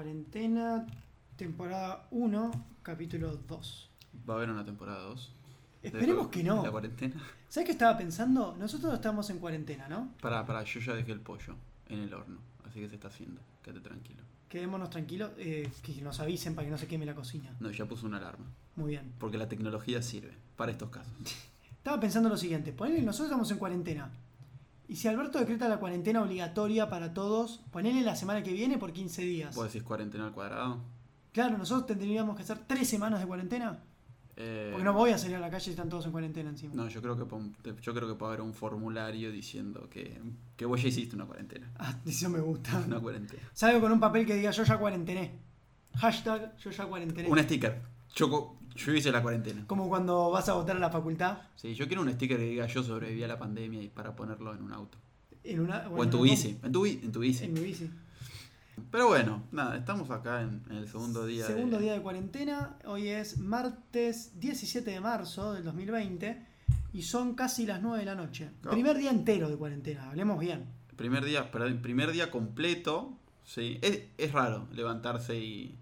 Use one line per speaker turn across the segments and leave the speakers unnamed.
Cuarentena, temporada 1, capítulo 2.
¿Va a haber una temporada 2?
Esperemos que no.
¿La cuarentena?
¿Sabes qué estaba pensando? Nosotros estamos en cuarentena, ¿no?
Para, para, yo ya dejé el pollo en el horno, así que se está haciendo. Quédate tranquilo.
Quedémonos tranquilos, eh, que nos avisen para que no se queme la cocina.
No, ya puse una alarma,
Muy bien.
porque la tecnología sirve para estos casos.
Estaba pensando lo siguiente, ponele, nosotros estamos en cuarentena. Y si Alberto decreta la cuarentena obligatoria para todos, ponele la semana que viene por 15 días.
¿Vos decís cuarentena al cuadrado?
Claro, nosotros tendríamos que hacer tres semanas de cuarentena.
Eh,
Porque no voy a salir a la calle si están todos en cuarentena encima.
no, yo creo que pon- te- yo creo que puede haber un formulario diciendo que, que vos ya hiciste una cuarentena.
Ah, eso me gusta.
Una cuarentena.
Salgo con un papel que diga yo ya cuarentené. Hashtag yo ya cuarentené.
Un sticker. Yo, co- yo hice la cuarentena.
Como cuando vas a votar a la facultad.
Sí, yo quiero un sticker que diga yo sobreviví a la pandemia y para ponerlo en un auto.
En una,
o en tu
una-
bici. En tu, bi- en tu bici.
En mi bici.
Pero bueno, nada, estamos acá en, en el segundo día.
Segundo
de-
día de cuarentena. Hoy es martes 17 de marzo del 2020. Y son casi las 9 de la noche.
Claro.
Primer día entero de cuarentena. Hablemos bien.
Primer día, perdón, primer día completo. Sí, es, es raro levantarse y,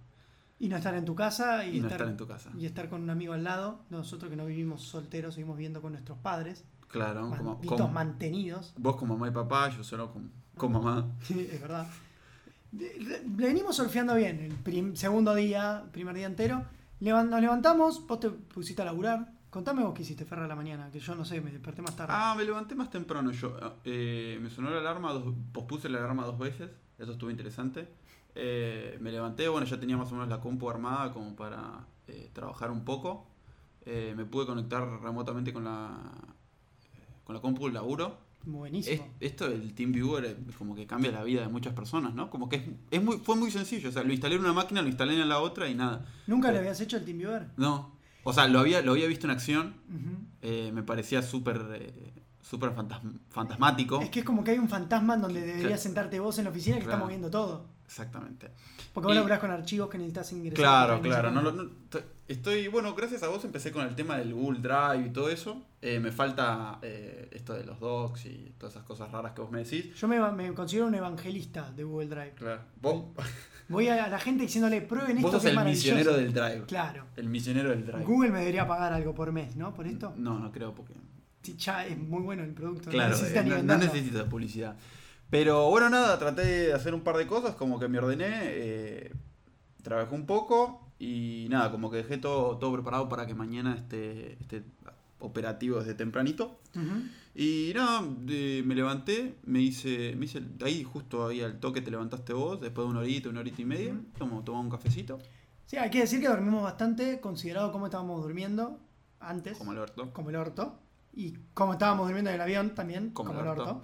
Y no estar en tu casa. Y,
y no estar en tu casa.
Y estar con un amigo al lado. Nosotros que no vivimos solteros, seguimos viviendo con nuestros padres.
Claro, como,
Malditos
como-
mantenidos.
vos con mamá y papá, yo solo con, con mamá.
es verdad. De- de- Le venimos surfeando bien el prim- segundo día, primer día entero. Levan- Nos levantamos, vos te pusiste a laburar. Contame vos qué hiciste, Ferra, a la mañana, que yo no sé, me desperté más tarde.
Ah, me levanté más temprano yo. Eh, me sonó la alarma, dos- pospuse la alarma dos veces. Eso estuvo interesante. Eh, me levanté, bueno, ya tenía más o menos la compu armada como para eh, trabajar un poco. Eh, me pude conectar remotamente con la, con la compu del laburo. Es-
Buenísimo.
esto del TeamViewer eh, como que cambia la vida de muchas personas, ¿no? Como que es, es muy, fue muy sencillo. O sea, lo instalé en una máquina, lo instalé en la otra y nada.
¿Nunca lo habías hecho el TeamViewer?
No. O sea, lo había, lo había visto en acción.
Ujú.
eh, me parecía súper eh, súper fantas- fantasmático.
Es que es como que hay un fantasma en donde deberías
Claro.
sentarte vos en la oficina que está
Claro.
moviendo todo.
Exactamente.
Porque vos
Y-
laburás con archivos que necesitas ingresar.
Claro,
Tenés
claro.
que-
no lo- no- t- estoy, bueno, gracias a vos empecé con el tema del Google Drive y todo eso. Eh, me falta eh, esto de los docs y todas esas cosas raras que vos me decís.
Yo me, me considero un evangelista de Google Drive.
Claro. Vos,
Voy a la gente diciéndole, prueben esto
vos sos
que es
el
maravilloso.
misionero del Drive.
Claro.
El misionero del Drive.
Google me debería pagar algo por mes, ¿no? Por esto.
No, no creo porque.
Sí, ya es muy bueno el producto.
Claro,
no necesita
eh,
ni
no, no
venderlo.
necesitas publicidad. Pero bueno, nada, traté de hacer un par de cosas, como que me ordené, eh, trabajé un poco y nada, como que dejé todo, todo preparado para que mañana esté, esté operativo desde tempranito.
Ujú.
Y nada, de- me levanté, me hice, me hice, ahí justo ahí al toque te levantaste vos, después de una horita, una horita y media,
Ujú.
como tomaba un cafecito,
Sí, hay que decir que dormimos bastante, considerado cómo estábamos durmiendo antes,
como Alberto.
como el orto, y cómo estábamos durmiendo en el avión también,
Como
como,
el
el
orto.
orto.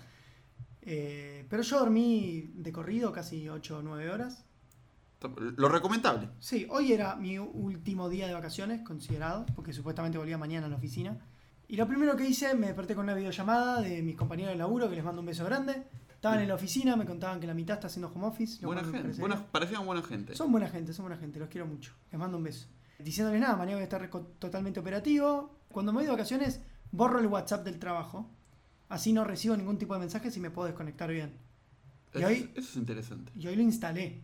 Eh, pero yo dormí de corrido casi 8 o 9 horas.
Lo recomendable.
Sí, hoy era mi último día de vacaciones, considerado, porque supuestamente volvía mañana a la oficina. Y lo primero que hice, me desperté con una videollamada de mis compañeros de laburo, que les mando un beso grande. Estaban en la oficina, me contaban que la mitad está haciendo home office. lo
Buena
cual me
gente,
parece
buena-
bien.
parecían buena gente.
Son buena gente, son buena gente, los quiero mucho. Les mando un beso. Diciéndoles nada, mañana voy a estar co- totalmente operativo. Cuando me voy de vacaciones, borro el WhatsApp del trabajo. Así no recibo ningún tipo de mensajes y me puedo desconectar bien. y
Eso,
ahí-
eso es interesante.
Y hoy lo instalé.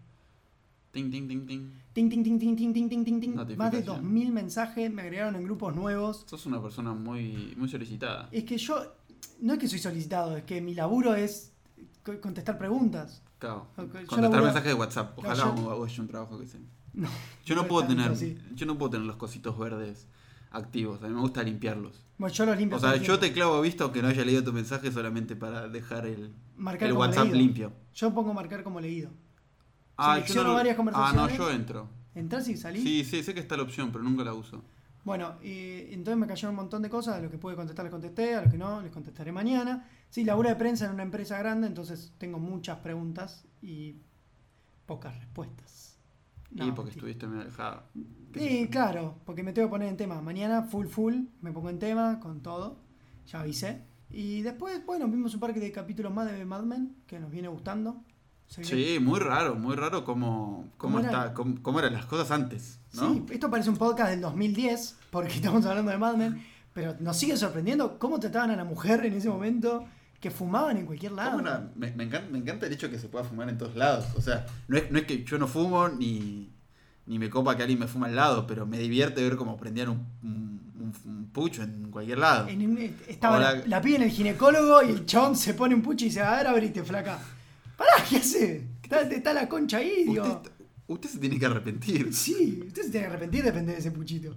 Ting, ting, ting, ting.
Ting, ting, ting, ting, ting, ting, ting, ting, ting. Más de
Notificación.
2.000 mensajes, me agregaron en grupos nuevos.
Sos una persona muy, muy solicitada.
Es que yo, no es que soy solicitado, es que mi laburo es co- contestar preguntas.
Claro.
Ok, yo
Contestar
laburo-
mensajes de WhatsApp. Ojalá
yo-
hago yo un trabajo que se.
No,
Yo no
no
puedo
es tanto
tener.
así.
Yo no puedo tener los cositos verdes activos. A mí me gusta limpiarlos.
Bueno, yo los limpio.
O sea,
todo el
yo
tiempo.
te clavo visto aunque no haya leído tu mensaje solamente para dejar el,
Marcar
el
como
WhatsApp
leído.
limpio.
Yo pongo marcar como leído.
yo
Selecciono varias
ah, no,
conversaciones.
yo entro.
Entrás y salís.
Sí, sí, sé que está la opción, pero nunca la uso.
Bueno, eh, entonces me cayeron un montón de cosas, a los que pude contestar les contesté, a los que no les contestaré mañana. Sí, laburo de prensa en una empresa grande, entonces tengo muchas preguntas y pocas respuestas.
y
No, mentira.
porque estuviste medio alejada. qué sé
Sí, claro, porque me tengo que poner en tema. Mañana full full, me pongo en tema con todo, ya avisé. Y después, bueno, vimos un par de capítulos más de Mad Men que nos viene gustando. Se viene-
Sí, muy raro, muy raro cómo, cómo,
¿Cómo era?
está, cómo, cómo eran las cosas antes, ¿no?
Sí, esto parece un podcast del 2010, porque estamos hablando de Mad Men, pero nos sigue sorprendiendo cómo trataban a la mujer en ese momento, que fumaban en cualquier lado.
¿Cómo no? me, me encanta, me encanta el hecho de que se pueda fumar en todos lados. O sea, no es, no es que yo no fumo ni, ni me copa que alguien me fuma al lado, pero me divierte ver cómo prendían un, un- un- un pucho en cualquier lado.
En un- eh, estaba
Ahora-
la, la piba en el ginecólogo y el chabón se pone un pucho y dice, a ver, abrite, flaca. Pará, ¿qué hace? Está, está la concha ahí, digo.
Usted, usted se tiene que arrepentir.
Sí, usted se tiene que arrepentir de vender ese puchito.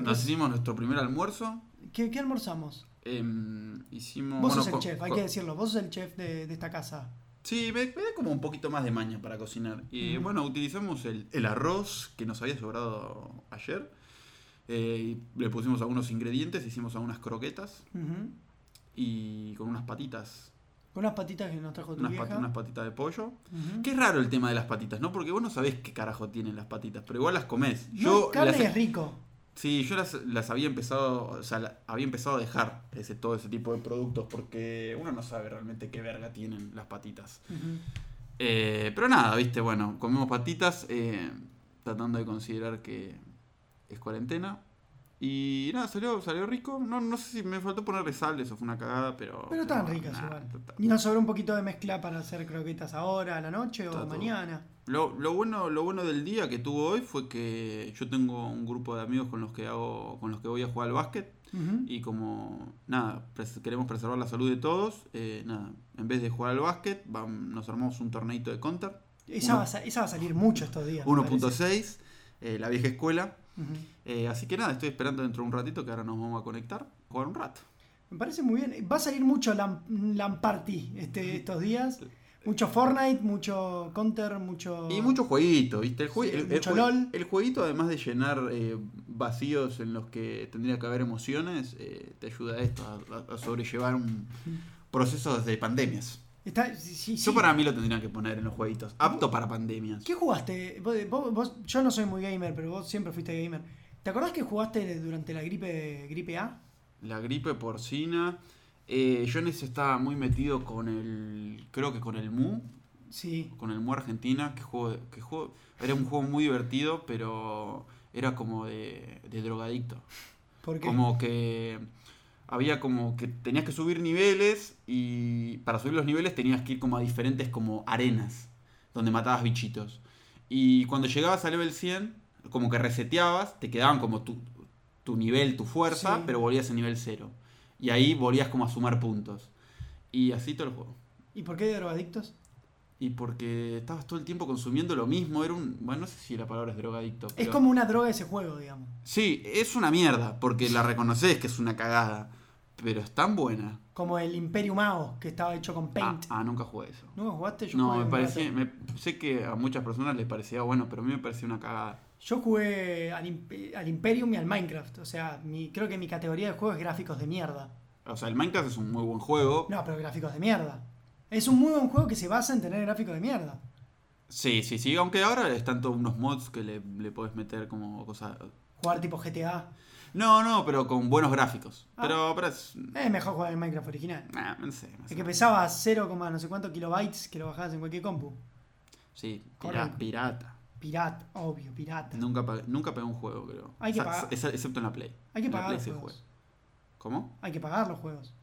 Nos hicimos nuestro primer almuerzo.
¿Qué, qué almorzamos?
em, hicimos.
Vos
bueno,
sos el
co-
chef, hay
co-
que decirlo, vos sos el chef de, de esta casa.
Sí, me, me da como un poquito más de maña para cocinar. Y
Ujú.
bueno, utilizamos el, el arroz que nos había sobrado ayer. Eh, y le pusimos algunos ingredientes, hicimos algunas croquetas
Ujú.
y con unas patitas.
Con unas patitas que nos trajo tu
Unas,
vieja.
pat- unas patitas de pollo.
Ujú.
Qué raro el tema de las patitas, ¿no? Porque vos no sabés qué carajo tienen las patitas, pero igual las comés.
No,
Yo
carne
las,
es rico.
Sí, yo las, las había empezado, o sea, la- había empezado a dejar ese, todo ese tipo de productos porque uno no sabe realmente qué verga tienen las patitas.
Ujú.
Eh, pero nada, viste, bueno, comemos patitas, eh, tratando de considerar que es cuarentena. Y nada, salió, salió rico. No, no sé si me faltó ponerle sal, eso fue una cagada, pero...
Pero están ricas
nada,
igual.
está-
Y nos sobró un poquito de mezcla para hacer croquetas ahora, a la noche o
Está todo.
mañana.
Lo, lo bueno, lo bueno del día que tuvo hoy fue que yo tengo un grupo de amigos con los que hago, con los que voy a jugar al básquet.
Ujú.
Y como nada, pres- queremos preservar la salud de todos, eh, nada, en vez de jugar al básquet, vam- nos armamos un torneito de counter,
Esa,
uno-
va a, sa- esa va a salir mucho estos días. me parece.
1.6, eh, la vieja escuela.
Ujú.
Eh, así que nada, estoy esperando dentro de un ratito que ahora nos vamos a conectar, jugar un rato.
Me parece muy bien. Va a salir mucho LAN, LAN Party este, estos días. Mucho Fortnite, mucho Counter, mucho.
Y mucho jueguito, ¿viste? El, jue-
Sí,
el- el
mucho
jue-
LOL.
el jueguito, además de llenar eh, vacíos en los que tendría que haber emociones, eh, te ayuda a esto, a, a- a sobrellevar un proceso de pandemias.
Está- sí, sí,
Eso
sí.
para mí lo tendrían que poner en los jueguitos, apto para pandemias.
¿Qué jugaste? Vos- vos- vos- yo no soy muy gamer, pero vos siempre fuiste gamer. ¿Te acordás que jugaste durante la gripe, gripe A?
La gripe porcina. Eh, yo en eso estaba muy metido con el. Creo que con el Mu.
Sí.
Con el Mu Argentina. Que juego. Que juego era un juego muy divertido, pero era como de, de drogadicto.
Porque.
Como que. Había como que tenías que subir niveles y para subir los niveles tenías que ir como a diferentes como arenas donde matabas bichitos. Y cuando llegabas al level 100, como que reseteabas, te quedaban como tu, tu nivel, tu fuerza,
Sí.
pero volvías a nivel 0. Y ahí volvías como a sumar puntos. Y así todo el juego.
¿Y por qué de drogadictos?
Y porque estabas todo el tiempo consumiendo lo mismo, era un... Bueno, no sé si la palabra es drogadicto.
Es
pero-
como una droga ese juego, digamos.
Sí, es una mierda, porque la reconoces que es una cagada. Pero es tan buena.
Como el Imperium Mago, que estaba hecho con paint.
Ah, ah, nunca jugué eso.
¿No jugaste? Yo
No,
jugué
me
un
parecía...
rato.
me- sé que a muchas personas les parecía bueno, pero a mí me parecía una cagada.
Yo jugué al, Imp- al Imperium y al Minecraft. O sea, mi, creo que mi categoría de juego es gráficos de mierda.
O sea, el Minecraft es un muy buen juego.
No, pero gráficos de mierda. Es un muy buen juego que se basa en tener gráficos de mierda.
Sí, sí, sí, aunque ahora están todos unos mods que le, le podés meter como cosas...
Jugar tipo GTA.
No, no, pero con buenos gráficos.
Ah.
Pero, pero es...
Es mejor jugar el Minecraft original.
nah, no sé. no
El
sé.
que pesaba 0, no sé cuántos kilobytes que lo bajabas en cualquier compu.
Sí,
Correcto.
pirata. pirata.
Pirata, obvio, pirata.
Nunca, pa- nunca pegué un juego, creo.
Hay que
O sea,
pagar.
ex- Excepto en la Play.
Hay que
En la
pagar
Play
los
se
juegos.
juega. ¿Cómo?
Hay que pagar los juegos.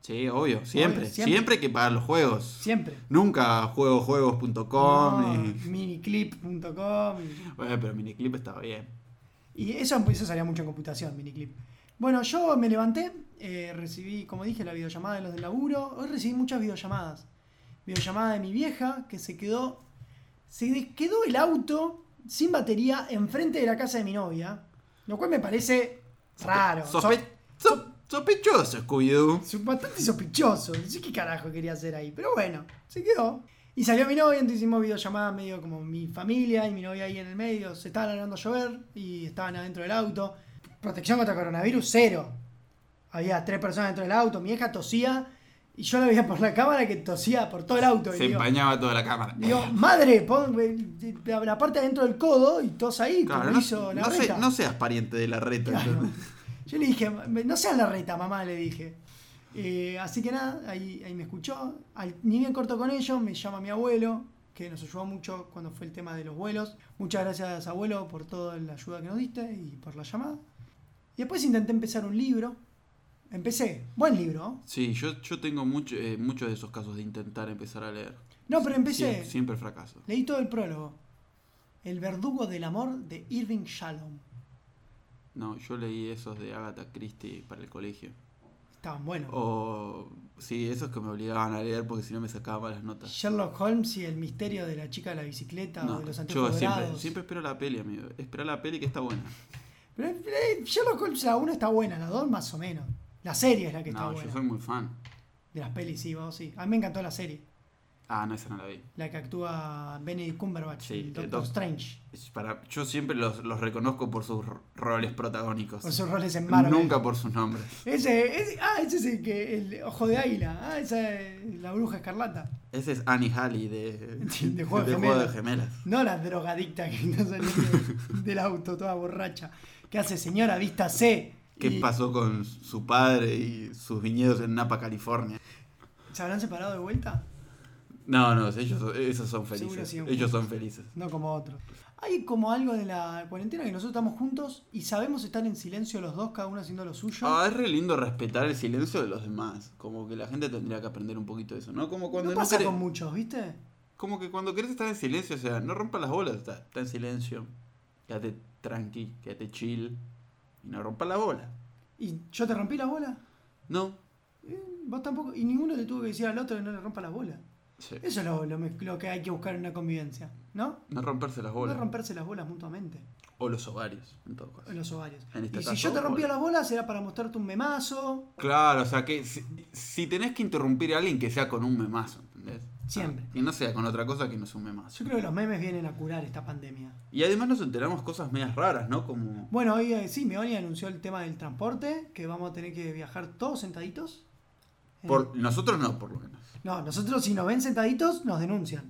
Sí, obvio. Siempre.
Obvio, siempre.
siempre. hay que pagar los juegos.
Siempre.
Nunca juegojuegos.com.
No,
y-
miniclip.com. y-
Bueno, pero Miniclip estaba bien.
Y eso, eso salía mucho en computación, miniclip. Bueno, yo me levanté, eh, recibí, como dije, la videollamada de los del laburo. Hoy recibí muchas videollamadas. Videollamada de mi vieja, que se quedó. Se de- quedó el auto sin batería enfrente de la casa de mi novia. Lo cual me parece raro.
Sospe- so- sospechoso, Scooby-Doo.
So- bastante sospechoso. No sé qué carajo quería hacer ahí. Pero bueno, se quedó. Y salió mi novia, entonces hicimos videollamada medio como mi familia y mi novia ahí en el medio. Se estaban hablando a llover y estaban adentro del auto. Protección contra coronavirus, cero. Había tres personas dentro del auto, mi hija tosía y yo la veía por la cámara que tosía por todo el auto. Y
Se
digo,
empañaba toda la cámara.
digo, madre, pon eh, la la parte adentro del codo y tos ahí,
Claro,
como
no,
hizo la
no se-
reta.
no seas pariente de la reta.
Claro.
entonces.
Yo le dije, no seas la reta, mamá, le dije. Eh, así que nada, ahí, ahí me escuchó. Al, ni bien corto con ellos, me llama mi abuelo, que nos ayudó mucho cuando fue el tema de los vuelos. Muchas gracias, abuelo, por toda la ayuda que nos diste y por la llamada. Y después intenté empezar un libro. Empecé. Buen libro. ¿eh? ¿no?
Sí, yo, yo tengo mucho, eh, muchos de esos casos de intentar empezar a leer.
No, pero empecé.
Siem- siempre fracaso.
Leí todo el prólogo. El verdugo del amor de Irving Shalom.
No, yo leí esos de Agatha Christie para el colegio.
Estaban buenos.
Oh, O sí, esos que me obligaban a leer porque si no me sacaba malas notas.
Sherlock Holmes y el misterio de la chica de la bicicleta o
No,
de los
yo
anteojos
siempre,
dorados.
siempre espero la peli, amigo. Espera la peli que está buena.
Pero, eh, Sherlock Holmes, la 1 está buena, la 2 más o menos. La serie es la que está
no,
buena.
yo soy muy fan.
De las pelis, sí, vos sí. A mí me encantó la serie.
Ah, no, esa no la vi.
La que actúa Benedict Cumberbatch,
Sí,
el
el
Doctor
doc-
Strange.
Es para, yo siempre los, los reconozco por sus ro- roles protagónicos.
Por sus roles en Marvel.
Nunca por sus nombres.
Ese, ese- ah, ese es el que. El ojo de águila. Ah, esa es la bruja escarlata.
Ese es Annie Halley de,
De Juego de Gemelas.
Gemelas.
No la drogadicta que está saliendo del auto toda borracha. ¿Qué hace, señora? Vista C.
¿Qué
Y-
pasó con su padre y sus viñedos en Napa, California?
¿Se habrán separado de vuelta?
No, no, ellos, son- esos son
Seguro
felices.
sí, un-
ellos son felices.
No como otros. Hay como algo de la cuarentena que nosotros estamos juntos y sabemos estar en silencio los dos, cada uno haciendo lo suyo.
Ah, es re lindo respetar el silencio de los demás. Como que la gente tendría que aprender un poquito de eso, ¿no? Como cuando
no
no
pasa
querés-
con muchos, ¿viste?
como que cuando querés estar en silencio, o sea, no rompa las bolas, está, está en silencio. Quédate tranqui, quédate chill y no rompa la bola.
¿Y yo te rompí la bola?
No.
Eh, Vos tampoco. Y ninguno te tuvo que decir al otro que no le rompa la bola.
Sí.
Eso es lo, lo me- lo que hay que buscar en una convivencia, ¿no?
No romperse las bolas.
No romperse las bolas mutuamente.
O los ovarios, en todo caso.
En los ovarios.
En este
Y si
caso,
yo te rompía
bola.
las bolas era para mostrarte un memazo.
Claro, o sea que si, si tenés que interrumpir a alguien que sea con un memazo, ¿entendés?
Siempre.
Ah, Que no sea con otra cosa que no sea un memazo.
Yo creo que los memes vienen a curar esta pandemia.
Y además nos enteramos cosas medias raras, ¿no? Como
Bueno, hoy eh, sí, Meoni anunció el tema del transporte, que vamos a tener que viajar todos sentaditos. Eh,
por nosotros no, por lo menos.
No, nosotros si nos ven sentaditos nos denuncian.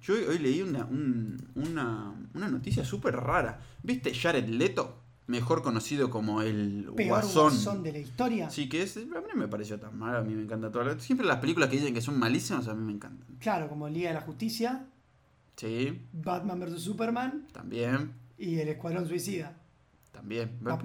Yo hoy, hoy leí una, un- una, una noticia súper rara. ¿Viste Jared Leto? Mejor conocido como el
Peor
Guasón.
guasón de la historia.
Sí, que es, a mí no me pareció tan mal, a mí me encanta todo. lo- Siempre las películas que dicen que son malísimas, a mí me encantan.
Claro, como Liga de la Justicia,
Sí,
Batman vs. Superman
también,
y El Escuadrón Suicida.
también.
No.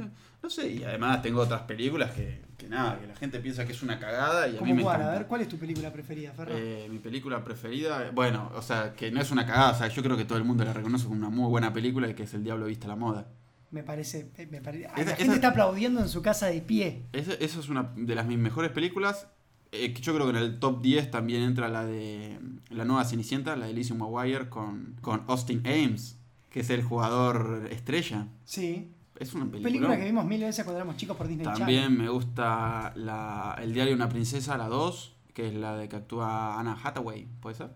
No sé, y además tengo otras películas que, que nada, que la gente piensa que es una cagada y a mí
Como
me
cuál,
encanta.
a ver, ¿cuál es tu película preferida, Ferro?
Eh, mi película preferida, bueno, o sea, que no es una cagada, o sea, yo creo que todo el mundo la reconoce como una muy buena película y que es El Diablo Vista la Moda.
me parece, eh, me parece. ah,
esa-
la gente
esa-
está aplaudiendo en su casa de pie.
Esa, esa es una de las mis mejores películas. Eh, que yo creo que en el top 10 también entra la de la nueva Cenicienta, la de Lizzie McGuire con, con Austin Ames, que es el jugador estrella.
Sí.
Es una película.
Película que vimos mil veces cuando éramos chicos por Disney Channel.
También me gusta la, El diario de una princesa, la 2, que es la de que actúa Anna Hathaway, ¿puede ser?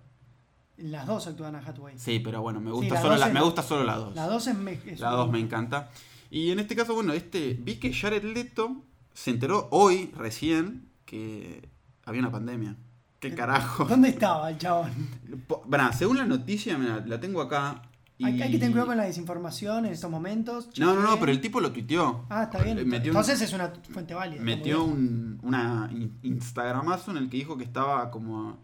Las dos actúan a Hathaway.
Sí, pero bueno, me
Sí,
gusta
la
solo
dos
la,
es-
me gusta solo la 2.
La dos es, me- es
La 2 me encanta. Y en este caso, bueno, este vi que Jared Leto se enteró hoy recién que había una pandemia. ¿Qué carajo?
¿Dónde estaba el chabón?
Po- Pará, según la noticia, mirá, la tengo acá. y-
Hay, hay que tener cuidado con la desinformación en estos momentos.
No, no, no,
chequeé.
pero el tipo lo tuiteó. Eh,
Ah, está bien.
Metió un-
Entonces es una fuente válida. está muy
metió
bien.
un, una in- Instagramazo en el que dijo que estaba como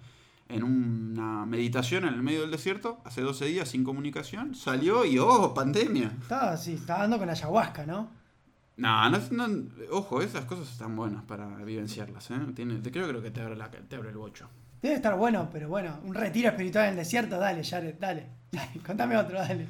en una meditación en el medio del desierto, hace 12 días sin comunicación, salió y ¡oh, pandemia!
Está, sí, está dando con la ayahuasca, ¿no?
No, no, no- ojo, esas cosas están buenas para vivenciarlas, ¿eh? Tiene- te, creo, creo que te abre, la, te abre el bocho.
Debe estar bueno, pero bueno, un retiro espiritual en el desierto, dale, Jared, dale. dale contame otro, dale.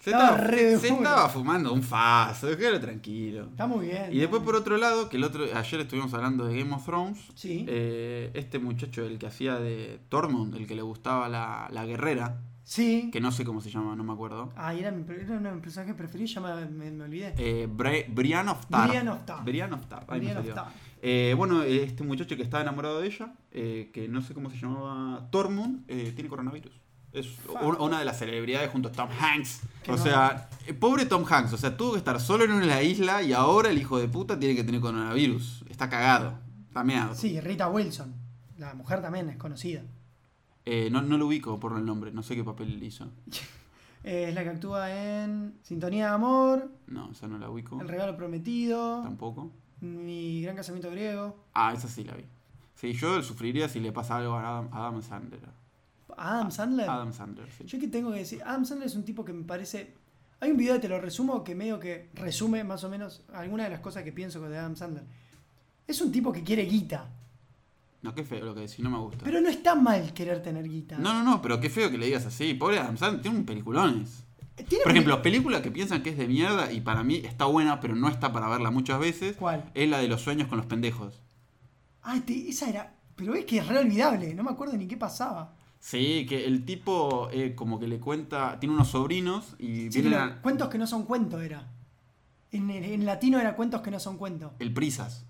Se
Estaba
estaba,
re de
se
fuga.
estaba fumando un faso, déjalo tranquilo.
Está muy bien.
Y después
¿no?
por otro lado, que el otro ayer estuvimos hablando de Game of Thrones,
Sí.
eh, este muchacho, el que hacía de Tormund, el que le gustaba la, la guerrera,
sí.
que no sé cómo se llama, no me acuerdo.
Ah, y era mi, pre- era uno de mis personajes preferidos, ya me, me- me olvidé.
Eh, Bra- Brian of Tarth.
Brian of Tarth.
Brian of Tarth, ahí me
Brian of
salió.
Tarth.
Eh, bueno, eh, este muchacho que estaba enamorado de ella, eh, que no sé cómo se llamaba, Tormund, eh, tiene coronavirus. Es
Fuck.
un- una de las celebridades junto a Tom Hanks.
Que
O
no-
sea, eh, pobre Tom Hanks, o sea, tuvo que estar solo en una isla y ahora el hijo de puta tiene que tener coronavirus. Está cagado, está meado.
Sí, Rita Wilson. La mujer también es conocida.
Eh, no, no lo ubico por el nombre, no sé qué papel hizo.
Eh, es la que actúa en Sintonía de Amor,
No, esa no la ubico.
El Regalo Prometido,
Tampoco.
Mi Gran Casamiento Griego.
Ah, esa sí la vi. Sí, yo sufriría si le pasa algo a Adam, Adam Sandler.
Adam Sandler.
Adam Sandler, sí.
Yo que tengo que decir, Adam Sandler es un tipo que me parece. Hay un video de Te lo resumo que medio que resume más o menos algunas de las cosas que pienso de Adam Sandler. Es un tipo que quiere guita.
No, qué feo lo que decís, no me gusta.
Pero no está mal querer tener guita.
No, no, no, pero qué feo que le digas así. Pobre Adam Sandler, tiene un peliculones.
Eh, ¿Tiene
Por ejemplo, película que piensan que es de mierda y para mí está buena, pero no está para verla muchas veces,
¿Cuál?
es la de los sueños con los pendejos.
Ah, te- esa era. Pero es que es re olvidable. No me acuerdo ni qué pasaba.
Sí, que el tipo eh, como que le cuenta, tiene unos sobrinos y
Sí,
viene
pero
la-
Cuentos que no son cuento era. En, en- en latino era cuentos que no son cuento.
el prisas,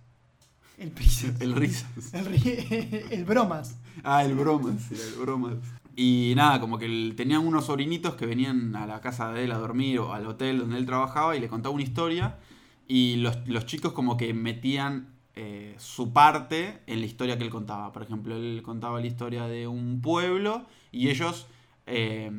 El prisas.
el risas.
El, ri- el bromas.
Ah, el bromas, era el bromas. Y nada, como que el- tenían unos sobrinitos que venían a la casa de él a dormir o al hotel donde él trabajaba y le contaba una historia. Y los, los chicos como que metían eh, su parte en la historia que él contaba. Por ejemplo, él contaba la historia de un pueblo y ellos eh,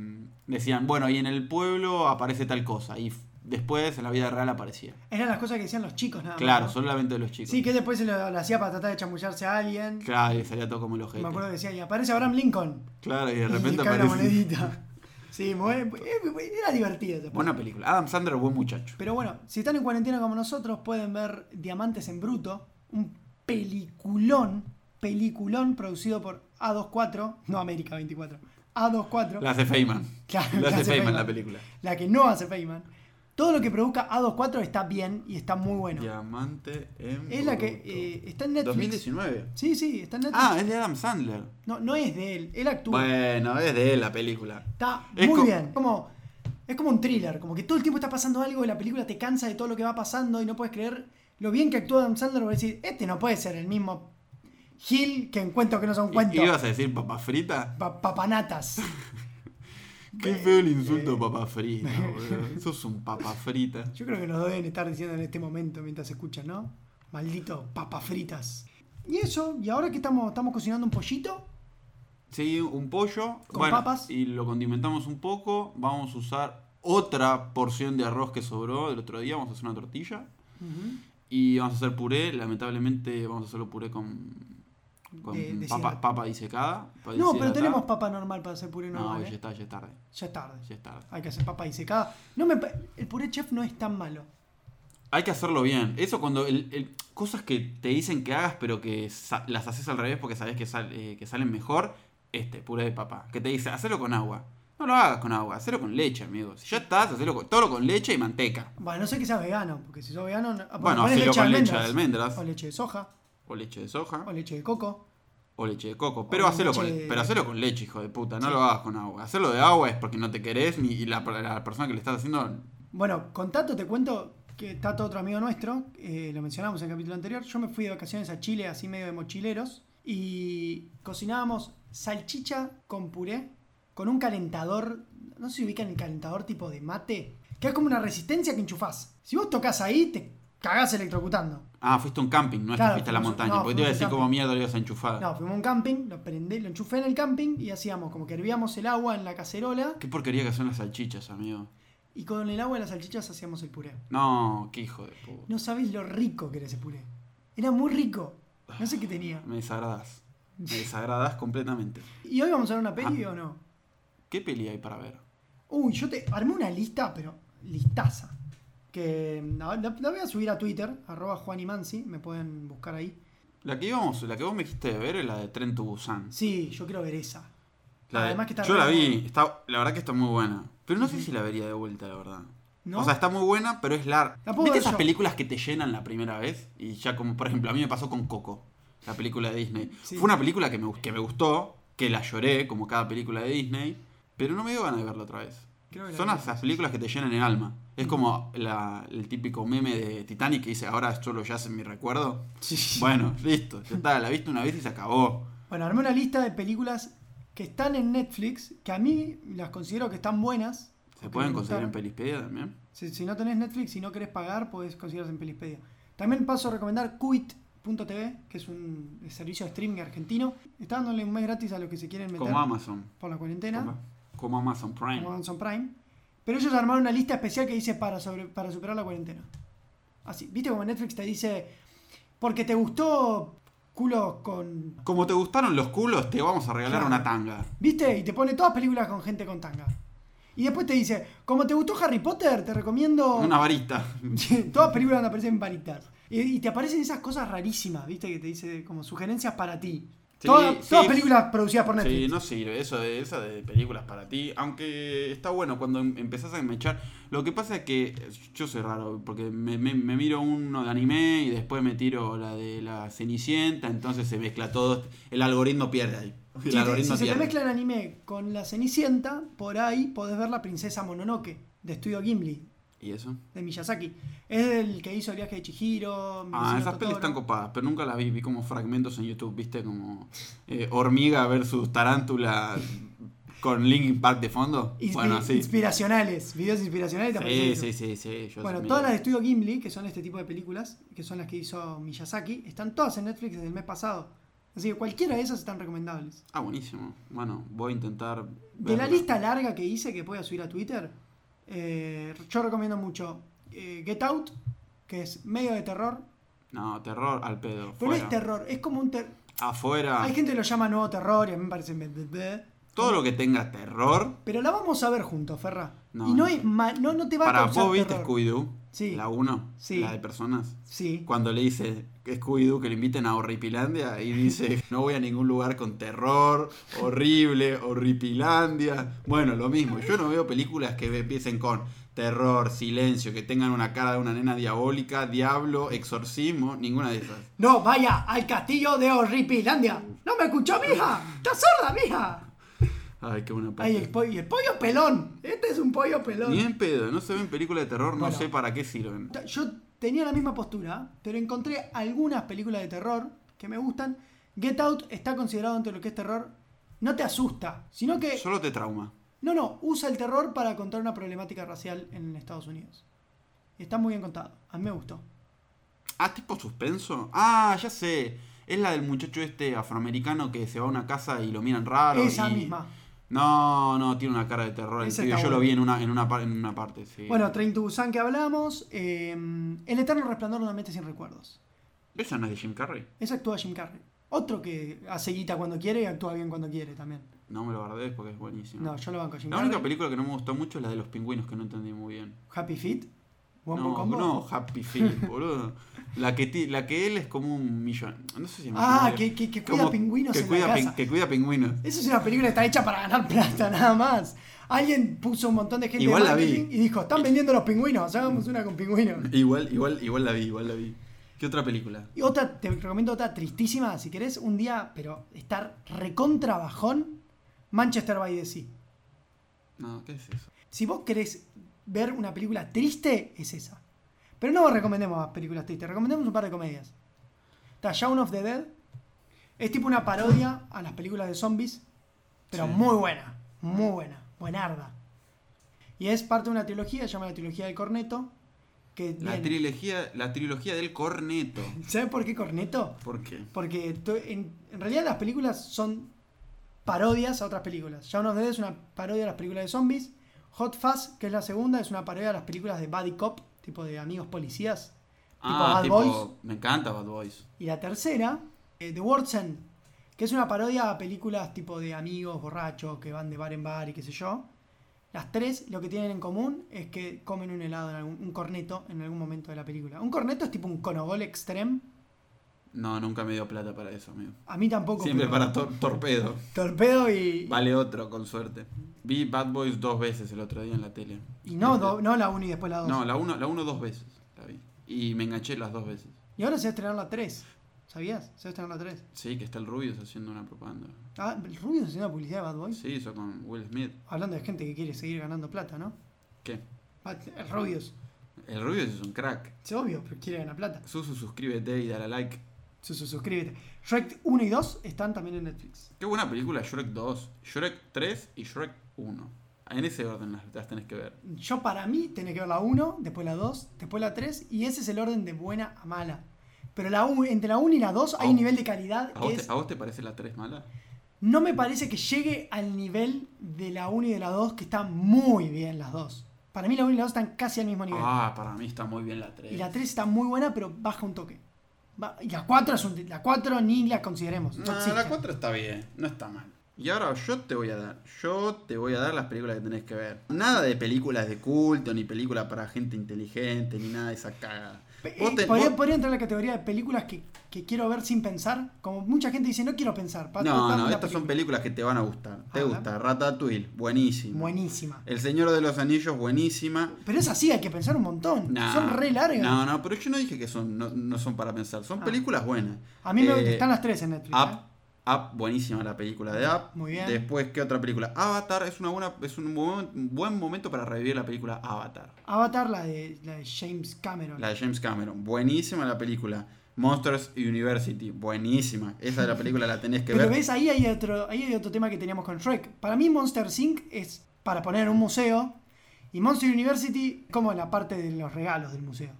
decían, bueno, y en el pueblo aparece tal cosa. Y f- después en la vida real aparecía.
Eran las cosas que decían los chicos, nada más,
Claro,
¿no?
solamente de los chicos.
Ah, Sí, que después se lo, lo hacía para tratar de chamullarse a alguien.
Claro, y le salía todo como el ojete.
Me acuerdo que decía, y aparece Abraham Lincoln.
Claro, y
Y le
de repente
cae una
aparece...
monedita. Sí, muy- eh, era divertido. ese
Buena película. Adam Sandler, buen muchacho.
Pero bueno, si están en cuarentena como nosotros, pueden ver Diamantes en Bruto, un peliculón, peliculón producido por A24, no América 24, A24,
La hace Feynman.
Claro,
La
la
hace
hace
Feynman
Feynman.
la película.
la que no hace Feynman. Todo lo que produzca A24 está bien y está muy bueno.
Diamante en.
Es la que
bruto.
eh, está en Netflix.
2019.
Sí, sí, está en Netflix.
Ah, es de Adam Sandler.
No, no es de él, él actúa.
Bueno, es de él la película.
Está
Es
muy
co-
bien. Como, es como un thriller, como que todo el tiempo está pasando algo y la película te cansa de todo lo que va pasando y no puedes creer lo bien que actúa Adam Sandler. Vas a decir, este no puede ser el mismo Gil que en Cuentos que no son
¿Y-
cuentos.
¿Ibas a decir papa frita?
Pa- papanatas.
Qué
Eh,
feo el insulto papa frita, boludo. Sos un papa frita.
Yo creo que nos deben estar diciendo en este momento mientras escuchan, ¿no? Maldito papas fritas. Y eso, y ahora que estamos, estamos cocinando un pollito,
Sí, un pollo.
Con papas.
Y lo condimentamos un poco. Vamos a usar otra porción de arroz que sobró del otro día. Vamos a hacer una tortilla. Y vamos a hacer puré. Lamentablemente, vamos a hacerlo puré con. Con
De- de
papa,
cielo.
papa disecada. pa
No, pero
deshidratar.
tenemos papa normal para hacer puré
No,
normal.
ya
¿eh?
está, ya es tarde.
Ya es tarde.
Ya es tarde.
Hay que hacer papa disecada. No me, pa- el puré chef no es tan malo.
Hay que hacerlo bien. Eso cuando. el- el- cosas que te dicen que hagas, pero que sa- las haces al revés porque sabes que, sal- eh, que salen mejor. Este, puré de papa. Que te dice, hacelo con agua. No lo hagas con agua, hacelo con leche, amigo. Si ya estás, hacelo con, todo con leche y manteca.
Bueno, no sé que sea vegano, porque si sos vegano, no- ah,
Bueno,
ponés leche de
hacelo con leche de
almendras,
almendras,
O leche de soja,
o leche de soja,
o leche de coco.
o leche de coco.
o
Pero hacelo, con,
leche-
pero hacelo con leche, hijo de puta. No
Sí.
lo hagas con agua. Hacerlo de agua es porque no te querés ni, y la, la persona que le estás haciendo
Bueno, con Tato te cuento que Tato, otro amigo nuestro, eh, lo mencionamos en el capítulo anterior, yo me fui de vacaciones a Chile, así medio de mochileros, y cocinábamos salchicha con puré, con un calentador, no sé si ubican el calentador tipo de mate, que es como una resistencia que enchufás. Si vos tocas ahí, te cagás electrocutando.
Ah, fuiste a un camping, no es
Claro,
que fuiste a la
fuimos-
montaña.
no,
porque te iba a
fuimos a
decir
un
cómo
camping.
mierda lo ibas a enchufar.
No, fuimos a un camping, lo prendí, lo enchufé en el camping y hacíamos como que hervíamos el agua en la cacerola
Qué porquería que son las salchichas, amigo.
y con el agua de las salchichas hacíamos el puré.
No, qué hijo de puta.
No sabéis lo rico que era ese puré. Era muy rico. No sé qué tenía.
Me desagradas. Me desagradas completamente.
¿Y hoy vamos a ver una peli
Ah.
o no?
¿Qué peli hay para ver?
Uy, yo te armé una lista, pero listaza. Que mm, la, la- la voy a subir a Twitter, arroba Juan y Mansi, me pueden buscar ahí.
La que íbamos, la que vos me dijiste de ver es la de Tren to Busan.
Sí, yo quiero ver esa.
La de-
Además que está
yo
re
la vi,
buena.
está, la verdad que está muy buena. Pero no sé si la vería de vuelta, la verdad.
¿No?
O sea, está muy buena, pero es larga.
La puedo
¿Viste
ver
esas
yo.
películas que te llenan la primera vez? Y ya como, por ejemplo, a mí me pasó con Coco, la película de Disney.
Sí.
Fue una película que me, gust- que me gustó, que la lloré, como cada película de Disney, pero no me dio ganas de verla otra vez.
Creo que la
Son
vi. Mm.
esas películas que te llenan el alma. Es como la- el típico meme de Titanic que dice, ahora solo ya en mi recuerdo.
Sí.
Bueno, listo, ya está, la viste una vez y se acabó.
Bueno, armé una lista de películas que están en Netflix, que a mí las considero que están buenas.
¿Se
que
pueden
me
conseguir en
gustaron.
Pelispedia también?
Si, si no tenés Netflix y no querés pagar, podés conseguirlas en Pelispedia. También paso a recomendar Quit.tv, que es un servicio de streaming argentino. Está dándole un mes gratis a los que se quieren meter
Como Amazon.
por la
Como,
cuarentena,
como Amazon Prime.
como Amazon Prime. Pero ellos armaron una lista especial que dice para, sobre, para superar la cuarentena. Así, viste como Netflix te dice, porque te gustó culo con...
Como te gustaron los culos, te vamos a regalar
Claro.
una tanga.
¿Viste? Y te pone todas películas con gente con tanga. Y después te dice, como te gustó Harry Potter, te recomiendo...
Una varita.
Todas películas donde aparecen varitas. Y, y te aparecen esas cosas rarísimas, ¿viste? Que te dice como sugerencias para ti.
Sí,
Todas-
sí.
Todas películas producidas por Netflix.
Sí, no sirve, eso de, esa de películas para ti. Aunque está bueno cuando em- empezás a enmechar. Lo que pasa es que yo soy raro, porque me, me- me miro uno de anime y después me tiro la de la Cenicienta, entonces se mezcla todo. El algoritmo pierde ahí. El
Sí, sí,
algoritmo
si se te
pierde.
mezcla el anime con la Cenicienta, por ahí podés ver la princesa Mononoke, de Estudio Gimli,
¿Y eso?
de Miyazaki. Es el que hizo el viaje de Chihiro. mi
Ah,
vecino
esas pelis
Totoro.
están copadas, pero nunca las vi. Vi como fragmentos en YouTube, viste, como eh, hormiga versus tarántula con Linkin Park de fondo.
Inspi-
Bueno, así. Sí,
Inspiracionales, videos inspiracionales. te aparecen
sí,
eso.
sí, sí, sí, yo
Bueno,
soy
todas las
medio-
de Estudio Gimli, que son este tipo de películas, que son las que hizo Miyazaki, están todas en Netflix desde el mes pasado. Así que cualquiera de esas están recomendables.
Ah, buenísimo. Bueno, voy a intentar.
De la
verla.
lista larga que hice, que voy a subir a Twitter, eh, yo recomiendo mucho eh, Get Out, que es medio de terror.
No, terror al
Pero no
pedo. fuera. Ah.
es terror, es como un ter-
Afuera.
Hay gente que lo llama nuevo terror y a mí me parece... me- me- me.
Todo lo que tenga terror.
Pero la vamos a ver juntos, Ferra.
No,
y no,
no.
es ma- no, no te va a
Para
causar
vos viste
terror.
Scooby-Doo.
Sí.
La 1.
Sí.
La de personas.
Sí.
Cuando le dice Scooby-Doo que le inviten a Horripilandia y dice, no voy a ningún lugar con terror, horrible, Horripilandia. Bueno, lo mismo. Yo no veo películas que empiecen con terror, silencio, que tengan una cara de una nena diabólica, diablo, exorcismo, ninguna de esas.
No, vaya al castillo de Horripilandia. No me escuchó, mija. Estás sorda, mija.
Ay, qué buena
Ay, el, po- y el pollo pelón. Este es un pollo pelón.
Ni en pedo, no se ven películas de terror,
Bueno.
no sé para qué sirven.
Ta- Yo tenía la misma postura, pero encontré algunas películas de terror que me gustan. Get Out está considerado entre lo que es terror. No te asusta, sino que...
Solo te trauma.
No, no, usa el terror para contar una problemática racial en Estados Unidos. Y está muy bien contado. A mí me gustó.
Ah, tipo suspenso. Ah, ya sé. Es la del muchacho este afroamericano que se va a una casa y lo miran raro.
Esa
Ah, y-
misma.
No, no, tiene una cara de terror. el
Ese
pibe.
está
yo lo
bueno.
vi en una, en una, par- en una parte, sí.
Bueno, Train to Busan que hablamos. eh, el Eterno Resplandor de una mente sin recuerdos.
¿Esa no es de Jim Carrey?
Esa actúa Jim Carrey. Otro que hace guita cuando quiere y actúa bien cuando quiere también.
No me lo guardes porque es buenísimo.
No, yo lo banco a Jim
la única
Carrey.
película que no me gustó mucho es la de los pingüinos, que no entendí muy bien.
Happy Feet. Wombo
No,
Combo.
no, Happy Feet, boludo. La que, ti- la que él es como un millón. No sé si
Ah,
millonario.
que, que- que cuida
Como-
pingüinos
que
en
cuida
la
pin-
casa.
que cuida pingüinos.
Eso es una película que está hecha para ganar plata, nada más. Alguien puso un montón de gente
Igual
de
la vi.
marketing y dijo, están vendiendo los pingüinos, hagamos una con pingüinos.
Igual, igual, igual la vi, igual la vi. ¿Qué otra película?
Y otra, te recomiendo otra tristísima, si querés, un día, pero estar recontra bajón, Manchester by the Sea.
No, ¿qué es eso?
Si vos querés ver una película triste, es esa. Pero no recomendemos más películas tristes, recomendemos un par de comedias. Está Shaun of the Dead, es tipo una parodia a las películas de zombies, pero
Sí.
muy buena, muy buena, buenarda. Y es parte de una trilogía, se llama la trilogía del corneto. Que
La
bien,
trilogía, la trilogía del corneto.
¿Sabes por qué corneto?
¿Por qué?
Porque to- en, en realidad las películas son parodias a otras películas. Shaun of the Dead es una parodia a las películas de zombies. Hot Fuzz, que es la segunda, es una parodia a las películas de Buddy Cop, tipo de amigos policías.
Ah,
Bad
tipo,
Boys.
me encanta Bad Boys.
Y la tercera, eh, The World's End, que es una parodia a películas tipo de amigos borrachos que van de bar en bar y qué sé yo. Las tres lo que tienen en común es que comen un helado, en algún- un corneto en algún momento de la película. Un corneto es tipo un conogol extreme.
No, nunca me dio plata para eso, amigo.
A mí tampoco.
Siempre
pero-
para tor- torpedo.
Torpedo y,
Vale otro, con suerte. Vi Bad Boys dos veces el otro día en la tele.
Y no, do- no la 1 y después la 2.
Este- No, la uno, la uno dos veces. La vi. Y me enganché las dos veces.
Y ahora se va a estrenar la 3. ¿Sabías? Se va a estrenar la 3.
Sí, que está el Rubius haciendo una propaganda.
Ah, el Rubio se haciendo publicidad de Bad Boys.
Sí, eso con Will Smith.
Hablando de gente que quiere seguir ganando plata, ¿no?
¿Qué?
Bad- El Rubius.
El Rubius es un crack.
Es obvio, pero quiere ganar plata.
Susu, suscríbete y dale a like.
Su- su- suscríbete. Shrek 1 y 2 están también en Netflix.
Qué buena película Shrek 2, Shrek 3 y Shrek 1. En ese orden las, las tenés que ver.
Yo para mí tenés que ver la 1, después la 2, después la 3 y ese es el orden de buena a mala. Pero la u- entre la 1 y la 2 hay
A-
un nivel de calidad
¿A
que
vos,
es...
te, a vos te parece la 3 mala?
No me parece que llegue al nivel de la 1 y de la 2, que están muy bien las dos. Para mí la 1 y la 2 están casi al mismo nivel.
Ah, para mí está muy bien la 3.
Y la 3 está muy buena, pero baja un toque. Va- y la 4 es un- la 4 ni la consideremos. no
No,
existe.
la 4 está bien, no está mal. Y ahora yo te voy a dar, yo te voy a dar las películas que tenés que ver. Nada de películas de culto, ni películas para gente inteligente, ni nada de esa cagada.
Pe-
Vos te-
eh, podría,
vos-
podría entrar en la categoría de películas que, que quiero ver sin pensar. Como mucha gente dice, no quiero pensar. pa-
No,
dame
no,
la
estas son
película.
películas que te van a gustar. Te
Ah,
gusta Ratatouille, buenísimo.
Buenísima.
El Señor de los Anillos, buenísima.
Pero es así, hay que pensar un montón.
Nah,
Son re largas.
No, no, pero yo no dije que son, no, no son para pensar, son
Ah.
películas buenas.
A mí me
Eh,
están las tres en Netflix.
Up,
¿eh?
Up, buenísima la película de Up.
Muy bien.
Después, ¿qué otra película? Avatar es una buena, es un buen, un buen momento para revivir la película Avatar.
Avatar, la de, la de James Cameron.
La de James Cameron, buenísima la película. Monsters University, buenísima. Esa de la película la tenés que
Pero
ver.
ves, ahí hay, otro, ahí hay otro tema que teníamos con Shrek. Para mí, Monster Inc. es para poner en un museo. Y Monster University, como la parte de los regalos del museo.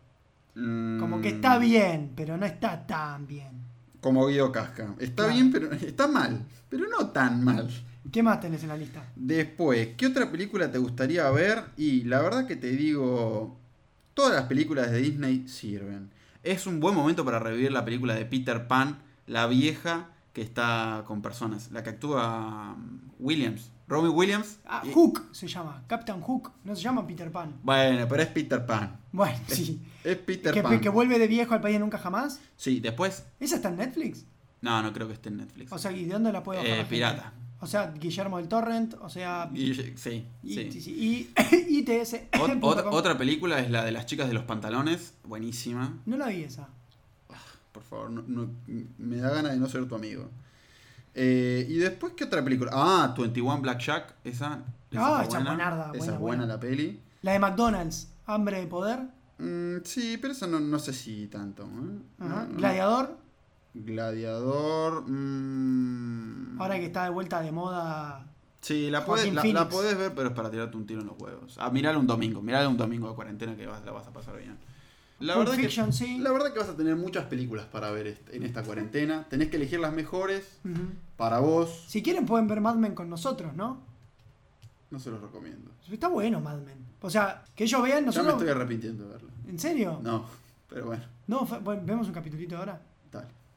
Mm,
Como que está bien, pero no está tan bien.
Como Guido Casca. Está
Claro.
bien, pero está mal. Pero no tan mal.
¿Qué más tenés en la lista?
Después, ¿qué otra película te gustaría ver? Y la verdad que te digo, todas las películas de Disney sirven. Es un buen momento para revivir la película de Peter Pan, la vieja que está con personas, la que actúa mm, Williams, Robbie Williams.
Ah,
Y-
Hook se llama. Captain Hook. No se llama Peter Pan.
bueno, pero es Peter Pan.
Bueno,
Es,
sí.
es Peter
Que,
Pan.
que vuelve de viejo al país de nunca jamás.
Sí, después,
¿Esa está en Netflix?
no, no creo que esté en Netflix.
O sea, ¿y de dónde la puedo bajar?
Eh,
la gente?
pirata.
O sea, Guillermo del Torrent, o sea.
Y- sí,
Y,
sí.
sí, sí, y- ITS.
Ot-
punto
otra,
com.
otra película es la de las chicas de los pantalones, buenísima.
No la vi esa.
Por favor, no- no- me da ganas de no ser tu amigo. Eh, y después, ¿qué otra película? Ah, 21 Black Jack, esa.
Ah,
está
esa buenarda,
Esa
buena,
es buena,
buena.
la peli.
La de McDonald's, Hambre de Poder.
Mm, sí, pero esa no, no sé si tanto. ¿eh?
ajá,
No, no.
Gladiador.
Gladiador. mm.
Ahora que está de vuelta de moda.
Sí, la podés,
Joaquín
la,
Phoenix.
la podés ver, pero es para tirarte un tiro en los huevos. Ah, mirala un domingo, mirala un domingo de cuarentena que vas- la vas a pasar bien. La
Pulp
verdad que
Fiction, sí.
La verdad que vas a tener muchas películas para ver est- en esta cuarentena. Tenés que elegir las mejores
Ujú.
para vos.
Si quieren pueden ver Mad Men con nosotros, ¿no?
No se los recomiendo.
Está bueno Mad Men. O sea, que ellos vean
Ya
nosotros.
me estoy arrepintiendo de verla.
¿En serio?
No, pero bueno,
No, fue- bueno, vemos un capitulito ahora.
dale.